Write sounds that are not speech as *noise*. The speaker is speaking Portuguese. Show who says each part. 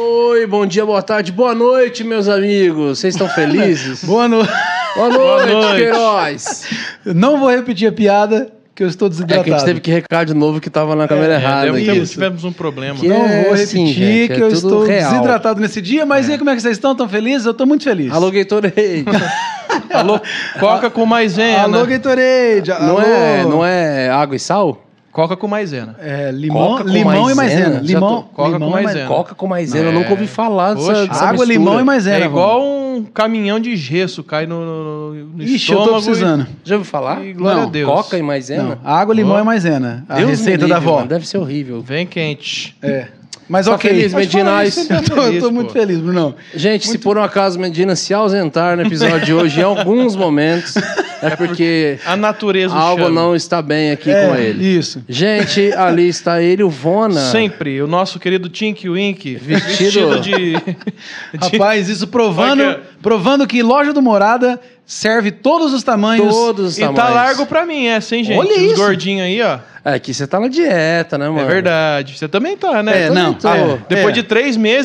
Speaker 1: Oi, bom dia, boa tarde, boa noite, meus amigos. Vocês estão felizes?
Speaker 2: *laughs* Boa noite.
Speaker 1: boa noite, Queiroz.
Speaker 2: Eu Não vou repetir a piada, que eu estou
Speaker 1: É
Speaker 2: desidratado.
Speaker 1: que a gente teve que recar de novo que tava na câmera
Speaker 2: Ah,
Speaker 1: errada.
Speaker 3: deu-
Speaker 1: aqui.
Speaker 3: temos- É, tivemos um problema.
Speaker 1: Que-
Speaker 2: Não
Speaker 1: É,
Speaker 2: vou
Speaker 1: sim,
Speaker 2: repetir,
Speaker 1: gente,
Speaker 2: que
Speaker 1: é
Speaker 2: eu
Speaker 1: tudo
Speaker 2: estou
Speaker 1: real.
Speaker 2: desidratado nesse dia, mas e aí, como é que vocês estão? Tão felizes? Eu estou muito feliz.
Speaker 1: Alô, Gatorade.
Speaker 3: Alô, coca com maisena.
Speaker 2: Alô Gatorade.
Speaker 1: não, é, não é água e sal?
Speaker 3: Coca com maisena.
Speaker 2: É, limão,
Speaker 1: Coca com
Speaker 2: limão e
Speaker 1: maisena.
Speaker 2: maisena.
Speaker 1: Já
Speaker 2: Limão,
Speaker 3: tô- coca
Speaker 2: limão
Speaker 3: com
Speaker 2: e
Speaker 3: maisena.
Speaker 1: Coca com maisena, eu
Speaker 3: Não,
Speaker 1: nunca ouvi
Speaker 3: é.
Speaker 1: falar dessa,
Speaker 3: Poxa,
Speaker 1: dessa
Speaker 2: É. Água,
Speaker 1: mistura.
Speaker 2: limão e maisena.
Speaker 3: É
Speaker 2: vamos.
Speaker 3: igual um caminhão de gesso, cai no, no, no- no
Speaker 2: Ixi, eu
Speaker 3: estômago.
Speaker 2: tô precisando.
Speaker 1: Já ouviu falar?
Speaker 3: E glória
Speaker 1: Não,
Speaker 3: a Deus.
Speaker 1: Coca e maisena?
Speaker 2: Não, água, limão
Speaker 3: Ó.
Speaker 2: e maisena. A
Speaker 1: Deus me
Speaker 2: receita
Speaker 1: livre,
Speaker 2: da avó.
Speaker 1: mano, Deve ser horrível.
Speaker 3: e... Vem quente.
Speaker 2: É. Mas
Speaker 1: Tá
Speaker 2: ok.
Speaker 1: feliz,
Speaker 2: Pode falar
Speaker 1: Medinais?
Speaker 2: isso, *laughs* Eu tô, eu tô
Speaker 3: Feliz,
Speaker 2: muito
Speaker 3: pô.
Speaker 2: feliz, Bruno.
Speaker 1: Gente, se por um acaso Medina se ausentar no episódio de hoje, em alguns momentos, é porque
Speaker 3: A natureza
Speaker 1: algo
Speaker 3: chama.
Speaker 1: não está bem aqui
Speaker 2: É,
Speaker 1: com ele.
Speaker 2: Isso.
Speaker 1: Gente, ali está ele, o Vona.
Speaker 3: Sempre, o nosso querido
Speaker 2: *laughs*
Speaker 3: Tink Wink,
Speaker 1: Vestido-
Speaker 3: vestido, de, *laughs* de-
Speaker 2: Rapaz, isso provando,
Speaker 3: Olha que-
Speaker 2: provando que loja do Morada serve todos os tamanhos.
Speaker 1: Todos os
Speaker 3: E tá
Speaker 1: tamanhos.
Speaker 3: largo pra mim, é, sem gente.
Speaker 2: Olha
Speaker 3: Os
Speaker 2: isso.
Speaker 3: gordinhos aí, ó.
Speaker 1: É que você tá na dieta, né, mano?
Speaker 3: É verdade. Você também tá, né?
Speaker 2: É,
Speaker 1: Eu também
Speaker 2: não,
Speaker 1: tô.
Speaker 2: é.
Speaker 3: Depois de três meses.